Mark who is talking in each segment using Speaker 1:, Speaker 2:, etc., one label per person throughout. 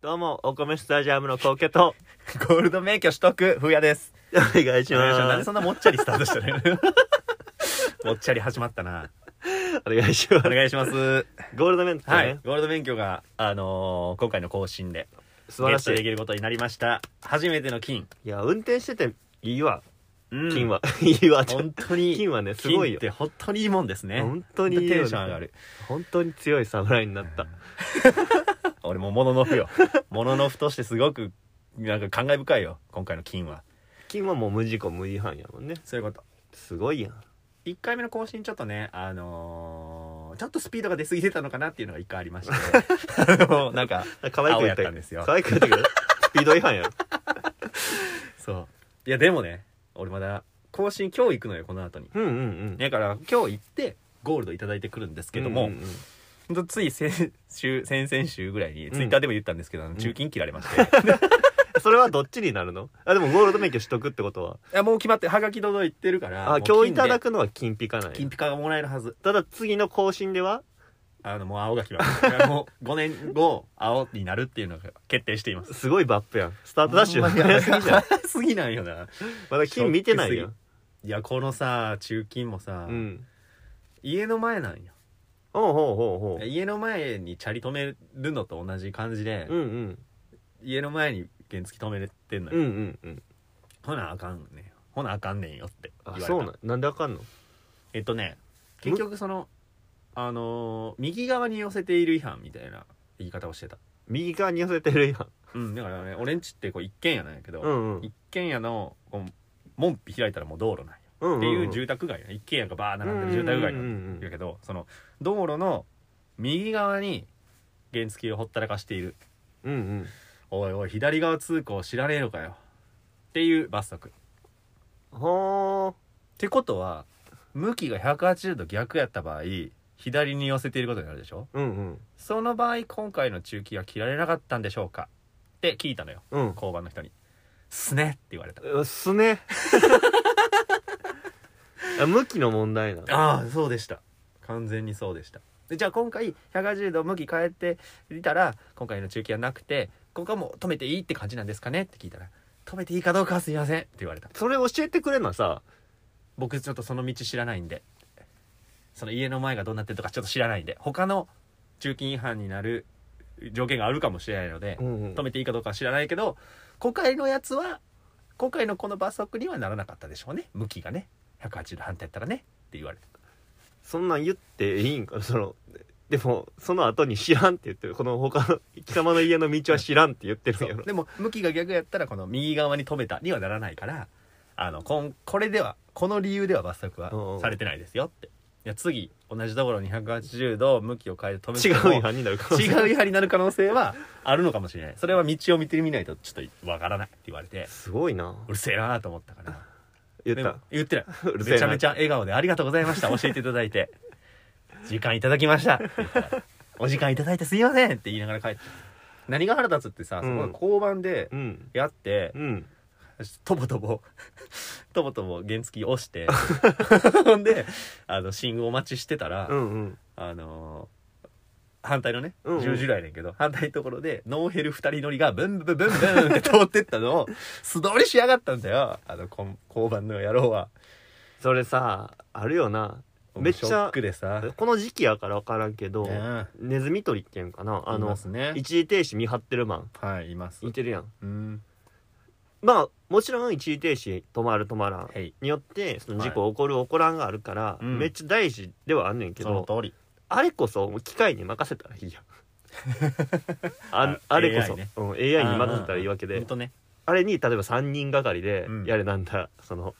Speaker 1: どうも、お米スタジアムのコケと、
Speaker 2: ゴールド免許取得、ふうやです。
Speaker 1: お願いし
Speaker 2: なん
Speaker 1: ま
Speaker 2: ですそ。んなもっちゃりスタートし たのもっちゃり始まったな。
Speaker 1: お願いしま
Speaker 2: お
Speaker 1: す。
Speaker 2: 願いします。
Speaker 1: ゴールドメントね、
Speaker 2: はい。ゴールド免許が、あのー今回の更新で、
Speaker 1: 素
Speaker 2: ゲ
Speaker 1: 晴ら
Speaker 2: ッ
Speaker 1: し
Speaker 2: トで
Speaker 1: い。
Speaker 2: きることになりました。初めての金。
Speaker 1: いや、運転してていいわ、
Speaker 2: うん
Speaker 1: 金。は。 いいわ、
Speaker 2: 本当に、
Speaker 1: 金はね、すごい
Speaker 2: 金
Speaker 1: よ
Speaker 2: っ。て本当にいいもんですね。
Speaker 1: 本当にいいよ
Speaker 2: テンション上がる。
Speaker 1: 本当に強い侍になった。
Speaker 2: 俺ももののふよ。もののふとしてすごく、なんか感慨深いよ。今回の金は。
Speaker 1: 金はもう無事故無違反やもんね。
Speaker 2: そういうこと。
Speaker 1: すごいやん。
Speaker 2: 1回目の更新ちょっとねあのーちょっとスピードが出過ぎてたのかなっていうのが1回ありまして あのなんか
Speaker 1: 可愛く
Speaker 2: 青
Speaker 1: 言っ
Speaker 2: やったた
Speaker 1: け
Speaker 2: ん
Speaker 1: ど。
Speaker 2: ですよ
Speaker 1: 可愛く言ったけど、スピード違 反やろ。
Speaker 2: そういやでもね俺まだ更新今日行くのよこの後に
Speaker 1: うんうんうん。
Speaker 2: だから今日行ってゴールド頂いただいてくるんですけども、
Speaker 1: うんうんうん
Speaker 2: ほんとつい先週先々週ぐらいに
Speaker 1: ん
Speaker 2: ツイッターでも言ったんですけど、あの
Speaker 1: ん
Speaker 2: 中勤切られまして、い
Speaker 1: それはどっちになるのあ、でもゴールド免許取得ってことは。
Speaker 2: やもう決まってはがき届いてるから
Speaker 1: あ、今日いただく
Speaker 2: く
Speaker 1: のは金ピカない。
Speaker 2: 金ピカがもらえるはず
Speaker 1: ただ次の更新では
Speaker 2: あのもう青がきはもう5年後青になるっていうのが決定しています
Speaker 1: すごいバップやんスタートダッシュ
Speaker 2: ほんまに
Speaker 1: 早すぎじゃん
Speaker 2: 早すぎなんよな
Speaker 1: まだ金見てないよ
Speaker 2: いやこのさ中金もさ、
Speaker 1: うん
Speaker 2: 家の前なんよ
Speaker 1: ほうほうほうほう
Speaker 2: 家の前にチャリ止めるのと同じ感じで、
Speaker 1: うんうん
Speaker 2: 家の前に原付止めれてんの
Speaker 1: う
Speaker 2: よ、
Speaker 1: んうんうん
Speaker 2: ほなあかんねほなあかんねんよって言わ
Speaker 1: あ
Speaker 2: れた
Speaker 1: そうなんなんであかんの
Speaker 2: えっとね結局そのあのー右側に寄せている違反みたいな言い方をしてた
Speaker 1: 右側に寄せてるやん
Speaker 2: うんだからね俺んちってこう一軒家なんやけど、
Speaker 1: うんうん
Speaker 2: 一軒家のこう門開いたらもう道路なんよ、
Speaker 1: うん
Speaker 2: っていう
Speaker 1: 住
Speaker 2: 住宅街や一軒家がバー並んでる住宅街なんだけどその道路の右側に原付をほったらかしている
Speaker 1: うんうん
Speaker 2: おいおい左側通行知らねえのかよっていう罰則っ
Speaker 1: ほ
Speaker 2: てことは向きが180度逆やった場合左に寄せていることになるでしょ
Speaker 1: ーうんうん
Speaker 2: その場合今回の中期は切られなかったんでしょうかって聞いたのよ
Speaker 1: うん
Speaker 2: 交番の人に「すね」って言われた
Speaker 1: うっすね あ向きの問題なの
Speaker 2: ああそうでした完全にそうでしたでじゃあ今回180度向き変えていたら今回の中継はなくてここはもう止めていいって感じなんですかねって聞いたら「止めていいかどうかはすいません」って言われた
Speaker 1: それ教えてくれなさ
Speaker 2: 僕ちょっとその道知らないんでその家の前がどうなってるとかちょっと知らないんで他の中勤違反になる条件があるかもしれないので、
Speaker 1: うんうん
Speaker 2: 止めていいかどうかは知らないけど今回のやつは今回のこの罰則にはならなかったでしょうね向きがね180度反対やったらねって言われた
Speaker 1: そんなん言っていいんかそのでもその後に知らんって言ってるこの他の貴様の家の道は知らんって言ってるんやろ
Speaker 2: でも向きが逆やったらこの右側に止めたにはならないからあのこんこれではこの理由では罰則
Speaker 1: うんう
Speaker 2: は
Speaker 1: ん
Speaker 2: されてないですよっていや次同じところに180度向きを変えて止めて
Speaker 1: 違
Speaker 2: も
Speaker 1: う違反になるから
Speaker 2: 違う違反になる可能性はあるのかもしれないそれは道を見てみないとちょっとわからないって言われて
Speaker 1: すごいな
Speaker 2: うるせえなと思ったから
Speaker 1: 言っ
Speaker 2: でも
Speaker 1: た
Speaker 2: 言ってないう
Speaker 1: るせえな
Speaker 2: めちゃめちゃ笑顔で「ありがとうございました教えていただい て時間いただきました」って言ったらお時間いただいてすいません」って言いながら帰って何が腹立つって
Speaker 1: う
Speaker 2: さ、
Speaker 1: ん
Speaker 2: そこが交番で
Speaker 1: うん
Speaker 2: やって、
Speaker 1: うん
Speaker 2: とぼとぼ とぼとぼ原付押して ほんであの信号待ちしてたら、
Speaker 1: うんうん
Speaker 2: あのー反対のね、
Speaker 1: うんうん
Speaker 2: 十字路やねんけど、反対のところで、ノーヘル二人乗りが、ブンブンブンブンって通ってった のを、素通りしやがったんだよ。あの、こん交番の野郎は。
Speaker 1: それさあるよなめっちゃ
Speaker 2: ショックでさ。
Speaker 1: この時期やから分からんけど、
Speaker 2: ね
Speaker 1: ネズミ捕りっていうんかなあ
Speaker 2: い
Speaker 1: の、
Speaker 2: ますね。
Speaker 1: 一時停止見張ってるマン
Speaker 2: はい、います
Speaker 1: い。てるやん
Speaker 2: うん。
Speaker 1: まあもちろん一時停止止まる止まらん
Speaker 2: はい。
Speaker 1: によってその事故起こる起こらんがあるから、
Speaker 2: うん
Speaker 1: めっちゃ大事ではあんねんけ
Speaker 2: その
Speaker 1: ど
Speaker 2: 通り。
Speaker 1: あれこそもう機械に任せたらいいや んあ
Speaker 2: あ
Speaker 1: あれこそ
Speaker 2: AI ね
Speaker 1: うん、AI に任せたらいいわけで
Speaker 2: ほんとね。
Speaker 1: あれに例えば3人がかりで、
Speaker 2: うん
Speaker 1: やれなんだその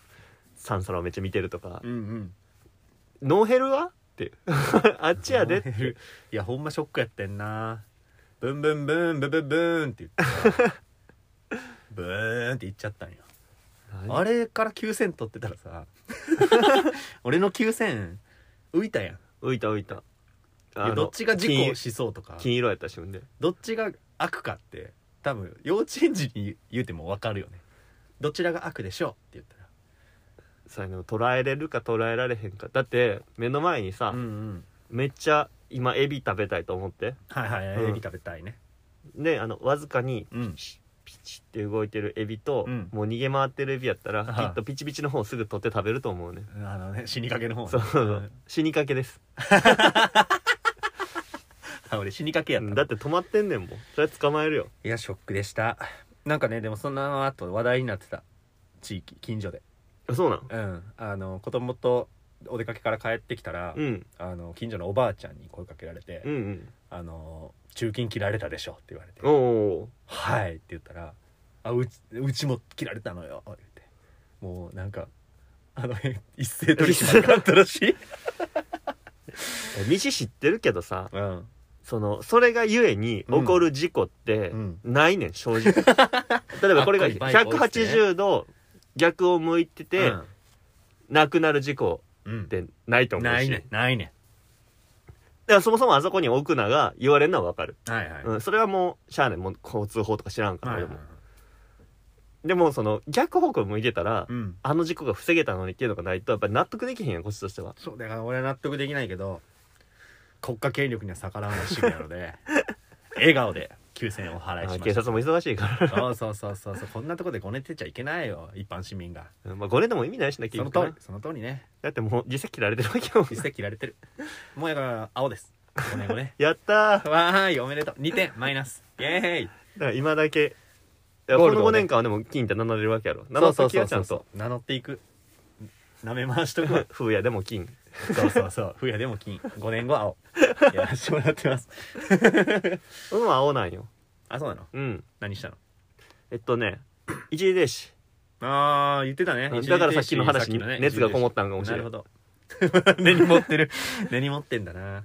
Speaker 1: 三皿をめっちゃ見てるとか
Speaker 2: う、んうん。
Speaker 1: ノーヘルはって あっちやでって
Speaker 2: ノーヘルいや、ほんまショックやってんな。ブンブンブン、ブンブンブンって言ってさ。ブーンって言っちゃったんよ。
Speaker 1: 何
Speaker 2: あれから9000取ってた らさ俺の9000浮いたやん
Speaker 1: 浮いた浮いた
Speaker 2: いやどっちが事
Speaker 1: 金
Speaker 2: 故しそうとか
Speaker 1: 金色やった瞬で
Speaker 2: どっちが悪かって多分幼稚園児に言うても分かるよねどちらが悪でしょうって言ったら
Speaker 1: それでも捉えれるか捉えられへんかだって目の前にさ、
Speaker 2: うんうん
Speaker 1: めっちゃ今エビ食べたいと思って
Speaker 2: はいはい、
Speaker 1: うん
Speaker 2: エビ食べたいね
Speaker 1: ねあのわずかに
Speaker 2: うん
Speaker 1: ピチって動いてるエビと、
Speaker 2: うん
Speaker 1: もう逃げ回ってるエビやったら
Speaker 2: は
Speaker 1: きっとピチピチの方すぐ取って食べると思うね
Speaker 2: あのね死にかけの方ね
Speaker 1: そうそうそ
Speaker 2: ん
Speaker 1: う死にかけです
Speaker 2: あ俺死にかけやった
Speaker 1: う
Speaker 2: の
Speaker 1: んだって止まってんねんもんそれ捕まえるよ
Speaker 2: いやショックでしたなんかねでもその後話題になってた地域近所で
Speaker 1: あそうなん
Speaker 2: うんあの子供とお出かけから帰ってきたら、
Speaker 1: うん
Speaker 2: あの近所のおばあちゃんに声かけられて「
Speaker 1: うんうん
Speaker 2: あの中金切られたでしょ」って言われて
Speaker 1: おお
Speaker 2: はい」って言ったら「あうちうちも切られたのよ」ってもうなんかあの 辺一斉取りしなかった らしい、
Speaker 1: ー西知ってるけどさ
Speaker 2: うん
Speaker 1: そのそれがゆえに起こる事故って
Speaker 2: うん
Speaker 1: ないねん正 直例えばこれが
Speaker 2: あっこにバイク落ちてね
Speaker 1: 180度逆を向いてて、
Speaker 2: うん
Speaker 1: なくなる事故
Speaker 2: う
Speaker 1: っ
Speaker 2: ん
Speaker 1: てないと思う
Speaker 2: ない
Speaker 1: し
Speaker 2: ねないね
Speaker 1: だからそもそもあそこに置くなが言われるのはわかる、
Speaker 2: はいはい、
Speaker 1: うん、それはもうしゃあないもう交通法とか知らんから
Speaker 2: はい
Speaker 1: 俺
Speaker 2: は
Speaker 1: も、
Speaker 2: いはい
Speaker 1: でもその逆方向向いてたら、
Speaker 2: うん
Speaker 1: あの事故が防げたのにっていうのがないとやっぱり納得できへんやんこっちとしては
Speaker 2: そうだから俺は納得できないけど国家権力には逆らわない主義な ので笑顔で9000円をお払い
Speaker 1: あ
Speaker 2: しま
Speaker 1: 警
Speaker 2: した
Speaker 1: 察も忙しいか
Speaker 2: そうそうそうそうそうこんなとこでごねてちゃいけないよ一般市民が
Speaker 1: ら まあこれでも意味ないしなき
Speaker 2: その通りその通りね
Speaker 1: だってもう実際切られてるわけよ
Speaker 2: 実際切られてるもうやから青です5年後ね
Speaker 1: やったー
Speaker 2: わーいおめでとう2点マイナスイエーイ
Speaker 1: だから今だけいや
Speaker 2: ゴー
Speaker 1: こ
Speaker 2: ル
Speaker 1: の
Speaker 2: ドを
Speaker 1: 5
Speaker 2: ね
Speaker 1: 年間はでも金って名乗れるわけやろ名
Speaker 2: そ
Speaker 1: 乗
Speaker 2: う
Speaker 1: っ
Speaker 2: そ
Speaker 1: と
Speaker 2: う
Speaker 1: き
Speaker 2: そう
Speaker 1: はち
Speaker 2: そ
Speaker 1: ゃ
Speaker 2: うんそ
Speaker 1: と
Speaker 2: う名乗っていくなめ回しと くわ
Speaker 1: 風やでも金
Speaker 2: そうそうそう 冬でも金5年 後青やらせてもらってます
Speaker 1: うんは青なんよ
Speaker 2: あそうなの
Speaker 1: うん
Speaker 2: 何したの
Speaker 1: えっと ね一時停止
Speaker 2: あー言ってたね
Speaker 1: だからさっきの話に熱がこも
Speaker 2: っ
Speaker 1: ったんかもしれ
Speaker 2: な
Speaker 1: な
Speaker 2: る
Speaker 1: い
Speaker 2: ほど根に持ってる根に持ってんだな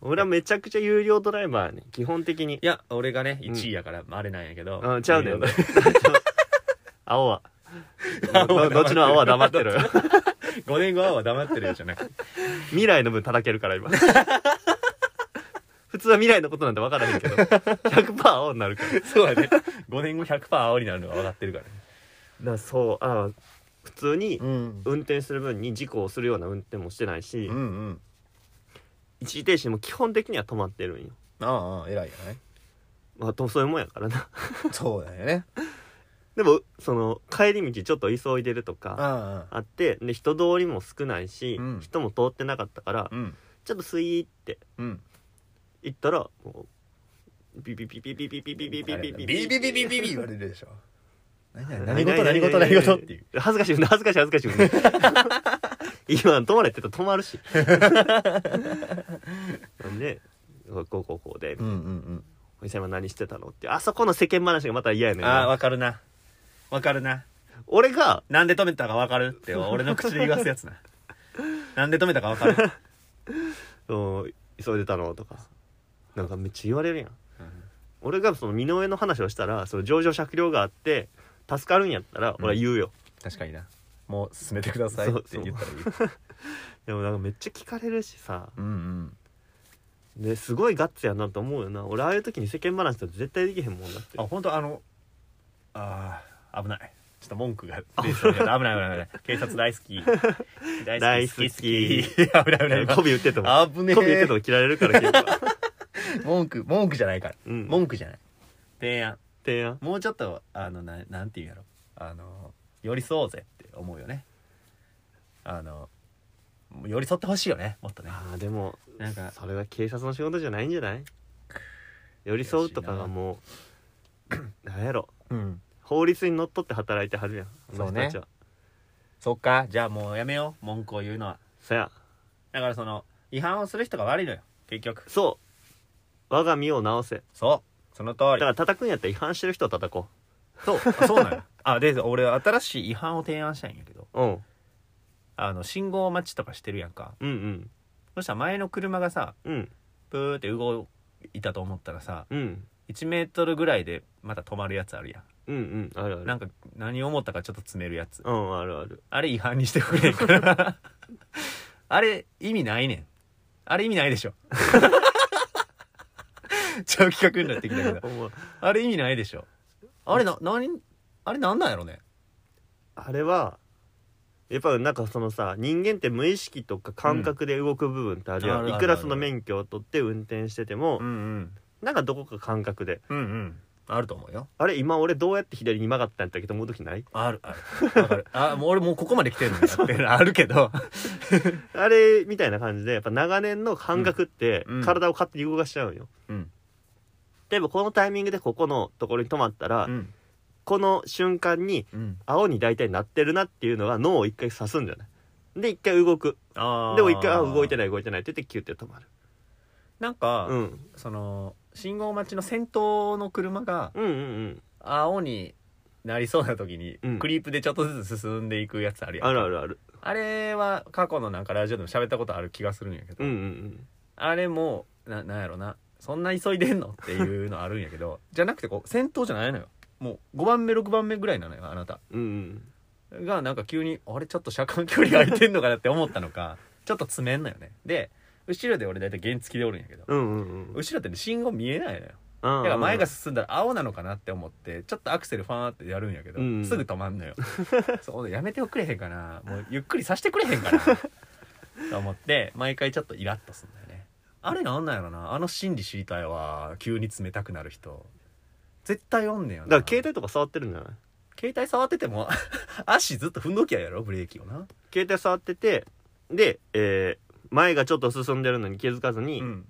Speaker 1: 俺はめちゃくちゃ有料ドライバーやねん基本的に
Speaker 2: いや俺がね
Speaker 1: うん
Speaker 2: 1位やから、あれなんやけど
Speaker 1: うんちゃうねん 青は
Speaker 2: 青は
Speaker 1: の後の青は黙ってる
Speaker 2: 5年後は黙ってるよじゃなくて
Speaker 1: 未来の分叩ける から今普通は未来のことなんて分からへんけ ど100%青になるから
Speaker 2: そうだね5年後100%青になるのが分かってるからね
Speaker 1: だからそうあ普通に
Speaker 2: うん
Speaker 1: 運転する分に事故をするような運転もしてないし、
Speaker 2: うんうん
Speaker 1: 一時停止も基本的には止まってるんよ
Speaker 2: ああ偉いよね
Speaker 1: まあとそういうもんやからな
Speaker 2: そうだよね
Speaker 1: でもその帰り道ちょっと急いでるとか
Speaker 2: ああ
Speaker 1: あってで人通りも少ないし、
Speaker 2: うん
Speaker 1: 人も通ってなかったから、
Speaker 2: うん
Speaker 1: ちょっとスイーって
Speaker 2: うん
Speaker 1: 行ったらもうビビビビビビビビビビビビ
Speaker 2: ビビビビビビ言われるでしょ 何々何事何事何事っていう
Speaker 1: 恥ずかしい恥ずかしい恥ずかしい 今止まれって言ったら止まるし なんでこうこうこうで
Speaker 2: うんうん
Speaker 1: 「おじさん今何してたの?」ってあそこの世間話がまた嫌や
Speaker 2: う
Speaker 1: ね
Speaker 2: ん
Speaker 1: ん
Speaker 2: ああ分かるな分かるな
Speaker 1: 俺が
Speaker 2: なんで止めたか分かるって俺の口で言わすやつ ななんで止めたか分かる、
Speaker 1: その急いでたのとかなんかめっちゃ言われるやん俺がその身の上の話をしたらその情状酌量があって助かるんやったら
Speaker 2: うん
Speaker 1: 俺は言うよ、
Speaker 2: 確かになもう進めてくださいって言ったらいい
Speaker 1: でもなんかめっちゃ聞かれるしさ
Speaker 2: うんうん
Speaker 1: ですごいガッツやなと思うよな俺ああいう時に世間話とか絶対できへんもんだって
Speaker 2: あ本当あのあー危ないちょっと文句 が出てきたけど危ない危ない危ない警察大好き
Speaker 1: 大好き
Speaker 2: 危ない危 な い
Speaker 1: 媚び売ってても
Speaker 2: 危ねえ
Speaker 1: 媚び売ってても切られるから結構
Speaker 2: 文句文句じゃないから、
Speaker 1: うん
Speaker 2: 文句じゃない提案
Speaker 1: 提案
Speaker 2: もうちょっとあのななんていうんやろあの寄り添おうぜって思うよねあの寄り添ってほしいよねもっとね
Speaker 1: ああでも
Speaker 2: なんか
Speaker 1: それは警察の仕事じゃないんじゃない寄り添うとかがもうなんやろ
Speaker 2: うん
Speaker 1: 法律にのっとって働いてはるやんあの人たちは
Speaker 2: そっかじゃあもうやめよう文句を言うのは
Speaker 1: そや
Speaker 2: だからその違反をする人が悪いのよ結局
Speaker 1: そう我が身を直せ
Speaker 2: そうその通
Speaker 1: だから叩くんやったら違反してる人を叩こ
Speaker 2: そうあそうなの あで俺新しい違反を提案したいんやけど
Speaker 1: う、うん、
Speaker 2: あの信号待ちとかしてるやんか
Speaker 1: うんうん
Speaker 2: そしたら前の車がさ
Speaker 1: うん
Speaker 2: プーって動いたと思ったらさ
Speaker 1: うん
Speaker 2: 1メートルぐらいでまた止まるやつあるや
Speaker 1: うんうんあるあ
Speaker 2: ん
Speaker 1: る
Speaker 2: なんか何を思ったかちょっと詰めるやつ
Speaker 1: うんあるある
Speaker 2: あれ違反にしてくれんから あれ意味ないねんあれ意味ないでしょ 超企画になってきたけど
Speaker 1: ほんま
Speaker 2: あれ意味ないでしょあれな何あれなんなんやろね
Speaker 1: あれはやっぱなんかそのさ人間って無意識とか感覚で動く部分ってあるや、
Speaker 2: うんんあるある
Speaker 1: いくらその免許を取って運転してても、
Speaker 2: んうん
Speaker 1: なんかどこか感覚で
Speaker 2: うんうんあると思うよ
Speaker 1: あれ今俺どうやって左に曲がったんだっけと思う時ない
Speaker 2: あるあるわかるあもう俺もうここまで来てるんだよっていうのはあるけど
Speaker 1: あれみたいな感じでやっぱ長年の感覚って
Speaker 2: うんうん
Speaker 1: 体を勝手に動かしちゃうんよ、
Speaker 2: うん
Speaker 1: 例えばこのタイミングでここのところに止まったら、
Speaker 2: うん
Speaker 1: この瞬間に
Speaker 2: うん
Speaker 1: 青に大体なってるなっていうのが脳を一回刺すんじゃないで一回動く
Speaker 2: あー
Speaker 1: でも一回あ動いてない動いてないって言ってキュッて止まる、
Speaker 2: なんか、
Speaker 1: うん、
Speaker 2: その信号待ちの先頭の車が
Speaker 1: うんうんうん
Speaker 2: 青になりそうな時に、
Speaker 1: うん
Speaker 2: クリープでちょっとずつ進んでいくやつあるやん
Speaker 1: あるあるある
Speaker 2: あれは過去のなんかラジオでも喋ったことある気がするんやけど、
Speaker 1: うんうんうん
Speaker 2: あれもななんやろなそんな急いでんのっていうのあるんやけどじゃなくてこう先頭じゃないのよもう5番目6番目ぐらいなのよあなた
Speaker 1: うんうん
Speaker 2: がなんか急にあれちょっと車間距離空いてんのかなって思ったのかちょっと詰めんのよねで後ろで俺大体原付でおるんやけど
Speaker 1: うんうんうん
Speaker 2: 後ろって、ね、信号見えないのよ
Speaker 1: だ
Speaker 2: だから前が進んだら青なのかなって思ってちょっとアクセルファーってやるんやけど、
Speaker 1: うん
Speaker 2: すぐ止まん のよそうやめておくれへんかなもうゆっくりさしてくれへんかなと思って毎回ちょっとイラッとすんだよねあれなんなんやろなあの心理知りたいわ急に冷たくなる人絶対おんねやな
Speaker 1: だから携帯とか触ってるんじゃない
Speaker 2: 携帯触ってても 足ずっと踏んどきゃやろブレーキをな
Speaker 1: 携帯触っててで、えー前がちょっと進んでるのに気づかずに、
Speaker 2: うん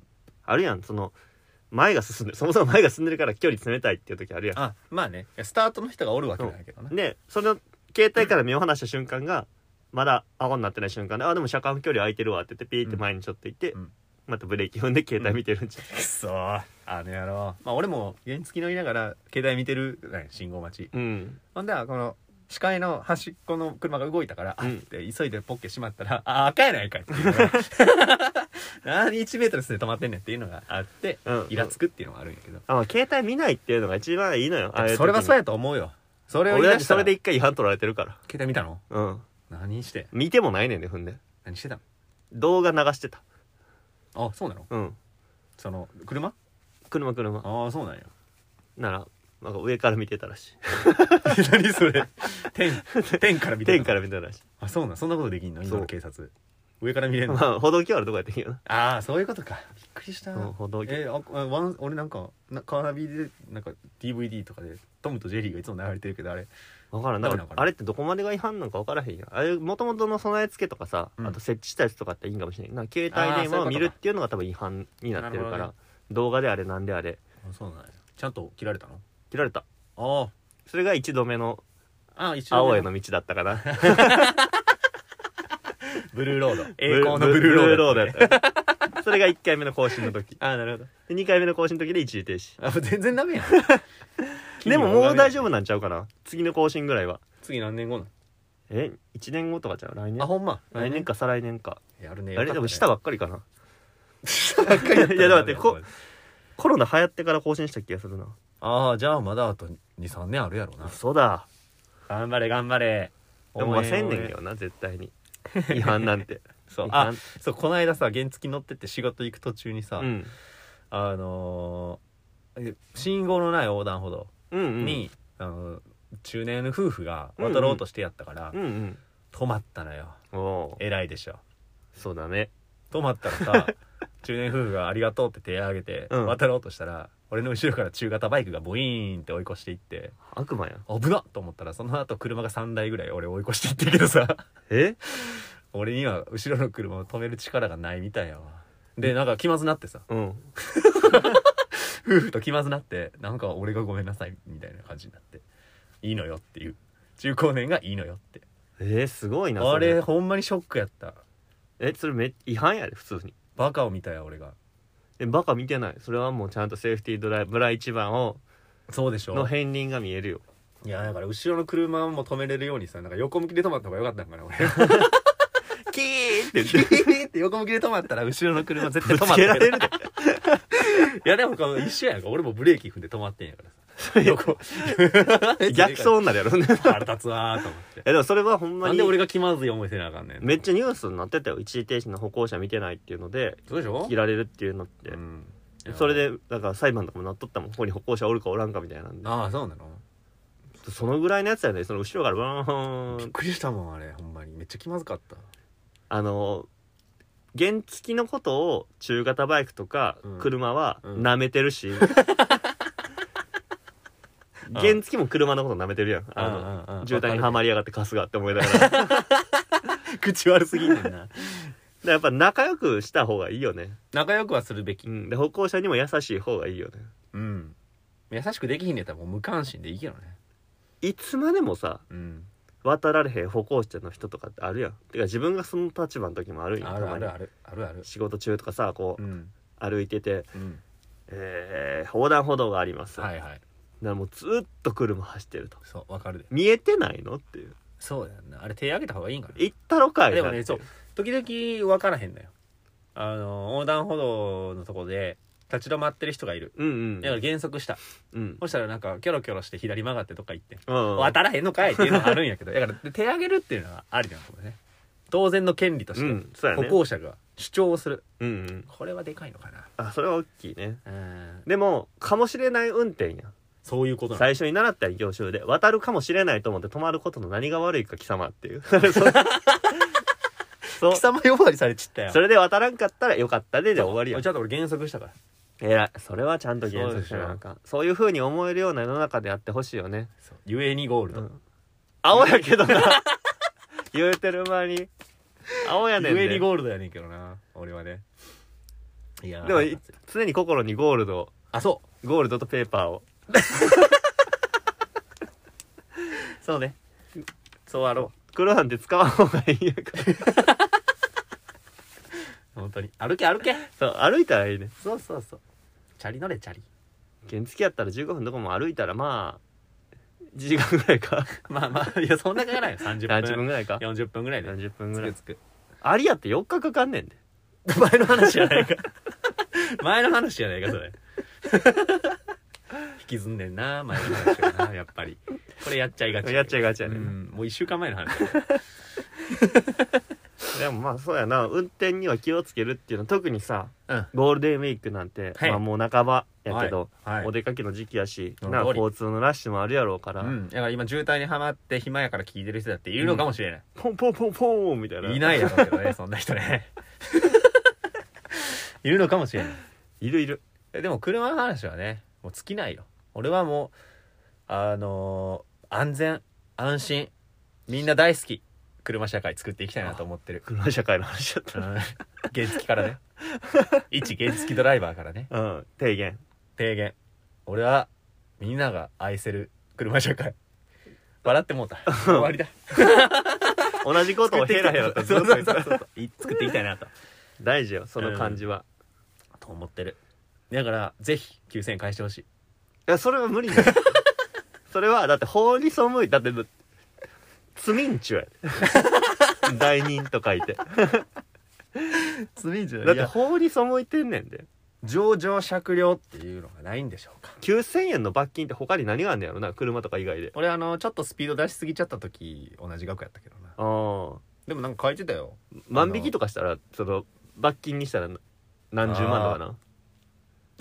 Speaker 1: あるやんその前が進んでるそもそも前が進んでるから距離冷たいっていう時あるや
Speaker 2: あまあねスタートの人がおるわけなんやけどなん
Speaker 1: でその携帯から目を離した瞬間がまだ青になってない瞬間で「あでも車間距離空いてるわ」って言ってピーって前にちょっと行って、
Speaker 2: うん
Speaker 1: またブレーキ踏んで携帯見てるんじゃん
Speaker 2: くそーあの野郎まあ俺も原付き乗りながら携帯見てるね信号待ち
Speaker 1: うん、
Speaker 2: ほんではこの視界の端っこの車が動いたから、あ
Speaker 1: う
Speaker 2: っ
Speaker 1: ん
Speaker 2: て急いでポッケしまったらあ赤やないかいっていう のが何1メートルで止まってんねんっていうのがあって
Speaker 1: うん、
Speaker 2: イラつくっていうのがあるんやけど、
Speaker 1: あまあ携帯見ないっていうのが一番いいのよああいう時に
Speaker 2: それはそうやと思うよそれを
Speaker 1: 俺
Speaker 2: 言い
Speaker 1: だっ
Speaker 2: 出
Speaker 1: て
Speaker 2: し
Speaker 1: そ
Speaker 2: た
Speaker 1: れ
Speaker 2: ら
Speaker 1: で一回違反取られてるか
Speaker 2: 携帯見たの
Speaker 1: らうん
Speaker 2: 何して
Speaker 1: 見てもないねんで踏んで
Speaker 2: 何してた
Speaker 1: 動画流してた
Speaker 2: のあそうなの
Speaker 1: うん
Speaker 2: その車
Speaker 1: 車車
Speaker 2: ああそう なんや
Speaker 1: ならなんか上から見てたらしい
Speaker 2: 何それ天天から見てた
Speaker 1: 天から見てたらしい
Speaker 2: あそうなんそんなことできんの今
Speaker 1: そ
Speaker 2: の
Speaker 1: う
Speaker 2: 警察上から見れんの
Speaker 1: まあ歩道橋あるとこやってんけどな
Speaker 2: ああそういうことかびっくりした
Speaker 1: うん歩道橋
Speaker 2: えーああワン俺なんかなカーナビでなんか DVD とかで「トムとジェリー」がいつも流れてるけどあれ
Speaker 1: 分からん
Speaker 2: ダ
Speaker 1: だ
Speaker 2: メ
Speaker 1: か
Speaker 2: なん
Speaker 1: ら
Speaker 2: かな
Speaker 1: あれってどこまでが違反なんか分からへんやんあれもともとの備え付けとかさ、
Speaker 2: うん
Speaker 1: あと設置したやつとかっていいんかもしれないなんか携
Speaker 2: あー
Speaker 1: 帯電
Speaker 2: そうい
Speaker 1: 話
Speaker 2: うこと
Speaker 1: を
Speaker 2: か
Speaker 1: 見るっていうのが多分違反になってるか
Speaker 2: なる
Speaker 1: ら
Speaker 2: ほどね
Speaker 1: 動画であれなんであれ
Speaker 2: あそうなんやちゃんと切られたの
Speaker 1: 切られた
Speaker 2: あ
Speaker 1: それが1度目の
Speaker 2: あああ一応ね
Speaker 1: 青への道だったかな
Speaker 2: ブルーロ ード 栄光のブルーロード
Speaker 1: ブルーロードやったそれが1回目の更新の時
Speaker 2: ああなるほど
Speaker 1: で2回目の更新の時で一時停止
Speaker 2: あ全然ダメやん
Speaker 1: でももう大丈
Speaker 2: 夫
Speaker 1: 夫なんちゃうかな次の更新ぐらいは
Speaker 2: 次何年後な
Speaker 1: え1年後とかちゃう来
Speaker 2: のあ
Speaker 1: 年
Speaker 2: ほんま
Speaker 1: 来年か再来年か
Speaker 2: やるね
Speaker 1: あれでも下
Speaker 2: ば
Speaker 1: ばっかりかな
Speaker 2: っかり やった
Speaker 1: いやだってこコロナ流行ってから更新した気がするな
Speaker 2: ああじゃあまだあと23年あるやろうな
Speaker 1: 嘘だ
Speaker 2: 頑張れ頑張れ
Speaker 1: でもまあ1000年よな絶対に違反なんて
Speaker 2: そう
Speaker 1: 違
Speaker 2: あ
Speaker 1: 反
Speaker 2: そうこの間さ原付乗ってって仕事行く途中にさ、
Speaker 1: うん
Speaker 2: あのーえ信号のない横断歩道
Speaker 1: うんうん
Speaker 2: に、あの中年の夫婦が渡ろうとしてやったから、
Speaker 1: うんうん
Speaker 2: 止まったのよ
Speaker 1: おお
Speaker 2: 偉いでしょ
Speaker 1: そうだね
Speaker 2: 止まったら さ中年夫婦が「ありがとう」って手を挙げて
Speaker 1: うん
Speaker 2: 渡ろうとしたら、俺の後ろから中型バイクがボイーンって追い越していって
Speaker 1: 悪魔や
Speaker 2: 危なっと思ったらその後車が3台ぐらい俺追い越していってるけどさ
Speaker 1: え
Speaker 2: 俺には後ろの車を止める力がないみたいやわでなんか気まずなってさ
Speaker 1: うん
Speaker 2: 夫婦と気まずなってなんか俺がごめんなさいみたいな感じになっていいのよっていう中高年がいいのよって
Speaker 1: えー、すごいな
Speaker 2: あ
Speaker 1: それ
Speaker 2: れほんまにショックやった
Speaker 1: えそれめ違反やで普通に
Speaker 2: バカを見たよ俺が
Speaker 1: えバカ見てないそれはもうちゃんとセーフティードライブラ一番を
Speaker 2: そうでし
Speaker 1: の
Speaker 2: ょ
Speaker 1: 片鱗が見えるよ
Speaker 2: いやだから後ろの車も止めれるようにさなんか横向きで止まった方がよかったんかな俺
Speaker 1: キーって
Speaker 2: キーって横向きで止まったら後ろの車絶対止
Speaker 1: ぶ
Speaker 2: ま
Speaker 1: つ
Speaker 2: って
Speaker 1: けられるで
Speaker 2: いやでも一緒やんか俺もブレーキ踏んで止まってんやからさ横
Speaker 1: 逆走になるやろ ね
Speaker 2: 腹立つわーと思って
Speaker 1: えでもそれはほんま
Speaker 2: なん
Speaker 1: に
Speaker 2: で俺が気まずい思いせなあかんねん
Speaker 1: めっちゃニュースになってたよ一時停止の歩行者見てないっていうので
Speaker 2: そうでしょ
Speaker 1: 切られるっていうのって、
Speaker 2: うん
Speaker 1: それでだから裁判とかもなっとったもんここに歩行者おるかおらんかみたいなんで
Speaker 2: ああそうなの
Speaker 1: そのぐらいのやつやねその後ろからバ
Speaker 2: び
Speaker 1: ー
Speaker 2: っ
Speaker 1: ン
Speaker 2: くりしたもんあれほんまにめっちゃ気まずかった
Speaker 1: あの原付きのことを中型バイクとか
Speaker 2: うん
Speaker 1: 車は
Speaker 2: うん
Speaker 1: 舐めてるし、原付きも車のこと舐めてるやんあの、
Speaker 2: うんうんうん
Speaker 1: 渋滞にはまりやがって春日って思いながらだか
Speaker 2: 口悪すぎんねんな
Speaker 1: らやっぱ仲良くした方がいいよね、
Speaker 2: 仲良くはするべき
Speaker 1: うん、で歩行者にも優しい方がいいよね
Speaker 2: うん優しくできひんねやったらもう無関心でいいけどね
Speaker 1: いつまでもさ
Speaker 2: うん
Speaker 1: 渡られへん歩行者の人とかってあるやんてか自分がその立場の時もあるんよ
Speaker 2: あるあ
Speaker 1: た
Speaker 2: る
Speaker 1: まに
Speaker 2: あるあるある
Speaker 1: 仕事中とかさこ
Speaker 2: う
Speaker 1: うん歩いてて、
Speaker 2: うん
Speaker 1: えー横断歩道があります、
Speaker 2: はいはい
Speaker 1: だからもうずーっと車走ってると
Speaker 2: そうわかるで
Speaker 1: 見えてないのっていう
Speaker 2: そうやんなあれ手挙げた方がいいんかな
Speaker 1: 行ったろかい
Speaker 2: でも
Speaker 1: な
Speaker 2: ね
Speaker 1: んて
Speaker 2: そう時々分からへんのよあの横断歩道のとこで立ち止まってる人がいる
Speaker 1: うんうん
Speaker 2: だから減速した
Speaker 1: うん
Speaker 2: そしたらなんかキョロキョロして左曲がってとか行って
Speaker 1: うん
Speaker 2: 渡らへんのかいっていうのがあるんや けどだからで手挙げるっていうのはありなんだもんね当然の権利とし
Speaker 1: う
Speaker 2: て
Speaker 1: んそうや
Speaker 2: 歩
Speaker 1: ね
Speaker 2: 行者が主張をする
Speaker 1: うんうん
Speaker 2: これはでかいのかな
Speaker 1: あそれは大きいね
Speaker 2: うん
Speaker 1: でもかもしれない運転や
Speaker 2: そういうことなの
Speaker 1: 最初に習った業種で渡るかもしれないと思って止まることの何が悪いか貴様って いうそう
Speaker 2: 貴様呼ばわりされちったよ
Speaker 1: それで渡らんかったらよかったでで終わりやん
Speaker 2: ちょっと俺減速したから
Speaker 1: えらいそれはちゃんと原則しなあかんそういうふうに思えるような世の中でやってほしいよね、
Speaker 2: ゆえにゴール
Speaker 1: う
Speaker 2: ド
Speaker 1: ん、青やけどな 言うてる間に青やねん
Speaker 2: ゆえに
Speaker 1: で
Speaker 2: ゴールドやねんけどな俺はねいやー
Speaker 1: でもい常に心にゴールド
Speaker 2: あそ
Speaker 1: ゴールドとペーパーを
Speaker 2: うそうねそうあろ
Speaker 1: 黒なんて使わん方がいいやから
Speaker 2: う本当に歩け歩け
Speaker 1: そう歩いたらいいね
Speaker 2: そうそうそうチャリ乗れチャリ
Speaker 1: 原付やったら15分どこも歩いたらまあ1時間ぐらいか
Speaker 2: まあまあいやそんなかからんよ30
Speaker 1: 30分
Speaker 2: 分
Speaker 1: ぐらいか
Speaker 2: 40分ぐらいで
Speaker 1: 40分ぐらい
Speaker 2: つく
Speaker 1: ありやって4日かかんねんで
Speaker 2: つく 前の話じゃないか前の話じゃないかそ れ引きずんねんな前の話はなやっぱりこれやっちゃいがち
Speaker 1: やっちゃいがちやね
Speaker 2: うん
Speaker 1: なん
Speaker 2: もう1週間前の話
Speaker 1: でもまあそうやな運転には気をつけるっていうのは特にさ
Speaker 2: うん
Speaker 1: ゴールデンウィークなんて、
Speaker 2: はい
Speaker 1: まあもう半ばやけど、
Speaker 2: はいはい
Speaker 1: お出かけの時期やし、
Speaker 2: その
Speaker 1: な
Speaker 2: 通り
Speaker 1: 交通のラッシュもあるやろうから、
Speaker 2: うん、だから今渋滞にはまって暇やから聞いてる人だっているのかもしれない、
Speaker 1: ポンポンポンポンみたいないい
Speaker 2: ないだろうけどねそんな人 ねいるのかもしれない
Speaker 1: いるいる
Speaker 2: えでも車の話はねもう尽きないよ俺はもうあのー安全安心みんな大好き車社会作っていきたいなと思ってる
Speaker 1: 車社会の話だっ
Speaker 2: う
Speaker 1: た
Speaker 2: ん
Speaker 1: ら
Speaker 2: 原付からね一原付ドライバーからね
Speaker 1: うん提 言
Speaker 2: 提言俺はみんなが愛せる車社会笑ってもうた終わりだ
Speaker 1: 同じことをヘラヘラとずっと言って
Speaker 2: そ
Speaker 1: た
Speaker 2: うそうそうそうい作っていきたいなと
Speaker 1: 大事よその感じは、
Speaker 2: と思ってるだからぜひ9000円返してほしい
Speaker 1: いやそれは無理 だよそれはだって法に背いだって罪人中や で罪人と書いて
Speaker 2: 罪じゃ
Speaker 1: だっ
Speaker 2: い
Speaker 1: て
Speaker 2: や
Speaker 1: 法に背いてんねんで
Speaker 2: 情状酌量っていうのがないんでしょうか
Speaker 1: 9000円の罰金って他に何があんねやろな車とか以外で
Speaker 2: 俺あのちょっとスピード出しすぎちゃった時同じ額やったけどな
Speaker 1: ああ
Speaker 2: でもなんか書いてたよ
Speaker 1: 万引きとかしたらその罰金にしたら何十万だかな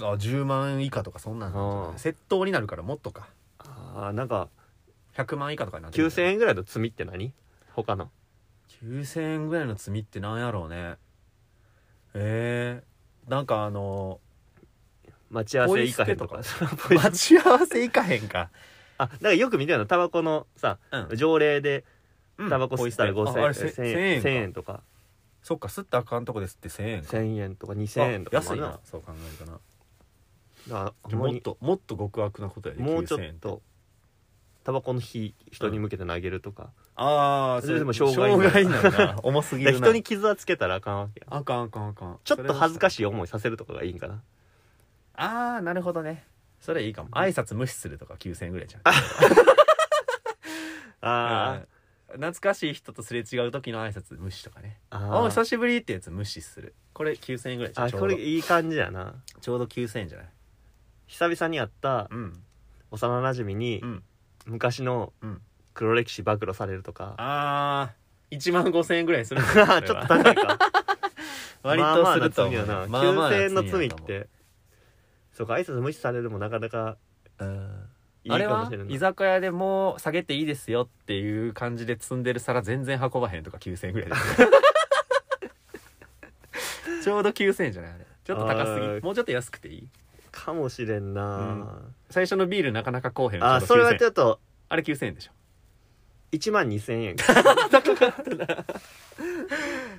Speaker 2: あ10万以下とかそんなんなんじゃない
Speaker 1: あー
Speaker 2: 窃盗になるからもっとか
Speaker 1: あーなんか
Speaker 2: 100万以下とかになってるんじ
Speaker 1: 9000
Speaker 2: ゃない
Speaker 1: 円ぐらいの罪って何他の
Speaker 2: 9000円ぐらいの罪ってなんやろうねえー、なんか あの
Speaker 1: 待ち合わせ以下へんとか
Speaker 2: ポイ
Speaker 1: ポイ捨て
Speaker 2: 待ち合わせいかへんか、
Speaker 1: あだからよく見てるのタバコのさ
Speaker 2: うん
Speaker 1: 条例で
Speaker 2: うん
Speaker 1: タバコ吸ったら5000
Speaker 2: ああ
Speaker 1: 円
Speaker 2: れせ1000
Speaker 1: 1000
Speaker 2: 円か
Speaker 1: 円とか
Speaker 2: そっか吸ったらあかんとこで吸って1000円か
Speaker 1: 1000円とか2000円とかもあ
Speaker 2: 安い
Speaker 1: る
Speaker 2: なそう考えるとな
Speaker 1: だからほんま
Speaker 2: もっ
Speaker 1: に
Speaker 2: ともっと極悪なことやで
Speaker 1: もうちょ
Speaker 2: 9000
Speaker 1: っ
Speaker 2: 円
Speaker 1: とタバコの火人に向けて投げるとか,、
Speaker 2: ああ
Speaker 1: それでも障害になる
Speaker 2: 障害になるな重すぎ
Speaker 1: だ
Speaker 2: る
Speaker 1: から
Speaker 2: な
Speaker 1: 人に傷はつけたらあかんわけや
Speaker 2: あかんあかんあかん
Speaker 1: ちょっと恥ずか
Speaker 2: い
Speaker 1: しい思いさせるとかがいいんかな
Speaker 2: ああなるほどねそれいいかも挨拶無視するとか9000円ぐらいじゃん
Speaker 1: あー
Speaker 2: うん懐かしい人とすれ違う時の挨拶無視とかね「
Speaker 1: あ
Speaker 2: お
Speaker 1: ー
Speaker 2: 久しぶり」ってやつ無視するこれ9000円ぐらいじゃん
Speaker 1: あ
Speaker 2: ちょ
Speaker 1: こ
Speaker 2: うど
Speaker 1: れいい感じやな
Speaker 2: ちょうど9000円じゃない
Speaker 1: 久々に会った
Speaker 2: うん
Speaker 1: 幼なじみに
Speaker 2: うん
Speaker 1: 昔の
Speaker 2: うん
Speaker 1: 黒歴史暴露されるとか、
Speaker 2: ああ1万5000円ぐらいするん
Speaker 1: あ ー
Speaker 2: だ
Speaker 1: ちょっと高いか
Speaker 2: 割とすると
Speaker 1: まあまあな罪やな、9000円の罪ってそうか挨拶無視されるもなかなか
Speaker 2: うん
Speaker 1: いい
Speaker 2: あれ
Speaker 1: かも
Speaker 2: は
Speaker 1: しれない
Speaker 2: 居酒屋でもう下げていいですよっていう感じで積んでる皿全然運ばへんとか9000円ぐらいでちょうど9000円じゃないあれちょっと高す
Speaker 1: あ
Speaker 2: ぎ
Speaker 1: ー
Speaker 2: もうちょっと安くていい
Speaker 1: かもしれんな、
Speaker 2: 最初のビールなかなかこうへん
Speaker 1: あ
Speaker 2: ちょう
Speaker 1: それ
Speaker 2: ど
Speaker 1: は
Speaker 2: 9000
Speaker 1: ちょっと
Speaker 2: あれ9000円でしょ
Speaker 1: 1万2000円 高かっ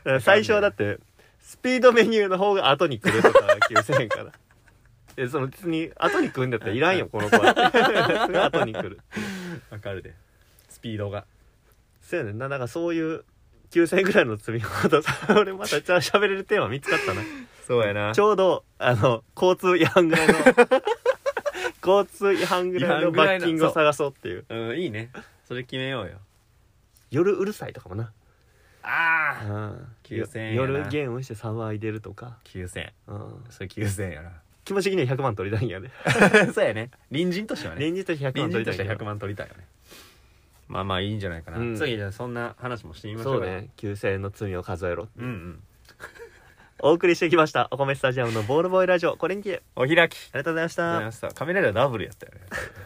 Speaker 1: たな最初はだってスピードメニューの方が後に来るとか9000円 からえその別に後に来るんだったらいらんよこの子はそれは 後に来る
Speaker 2: わかるでスピードが
Speaker 1: そうやねんななんかそういう9000円ぐらいの積み方とさ 俺またちゃ喋れるテーマ見つかったな
Speaker 2: そうやな
Speaker 1: ちょうどあの交通違反ぐ らいの交通違反ぐらいの罰金を探そうっていう
Speaker 2: うんいいねそれ決めようよ
Speaker 1: 夜うるさいとかもな
Speaker 2: ああ9000円やな
Speaker 1: 夜ゲームして騒いでるとか、
Speaker 2: 9000
Speaker 1: うん、
Speaker 2: それ9000円やな
Speaker 1: 気持ち的には100万取りたいんやね
Speaker 2: そうやね隣人としてはね
Speaker 1: 連日として100
Speaker 2: 隣
Speaker 1: 万
Speaker 2: 人
Speaker 1: 取
Speaker 2: と
Speaker 1: り
Speaker 2: した
Speaker 1: い
Speaker 2: て
Speaker 1: んや
Speaker 2: 100万取りたいよねまあまあいいんじゃないかな、
Speaker 1: うん
Speaker 2: 次じゃあそんな話もしてみましょ
Speaker 1: そうう
Speaker 2: か
Speaker 1: ね9000円の罪を数えろ
Speaker 2: うんうん
Speaker 1: お送りしてきましたお米スタジアムのボールボーイラジオこれにて
Speaker 2: お開き
Speaker 1: ありがとうございまし
Speaker 2: ありがとうござ
Speaker 1: た
Speaker 2: いましたカメラダブルやったよね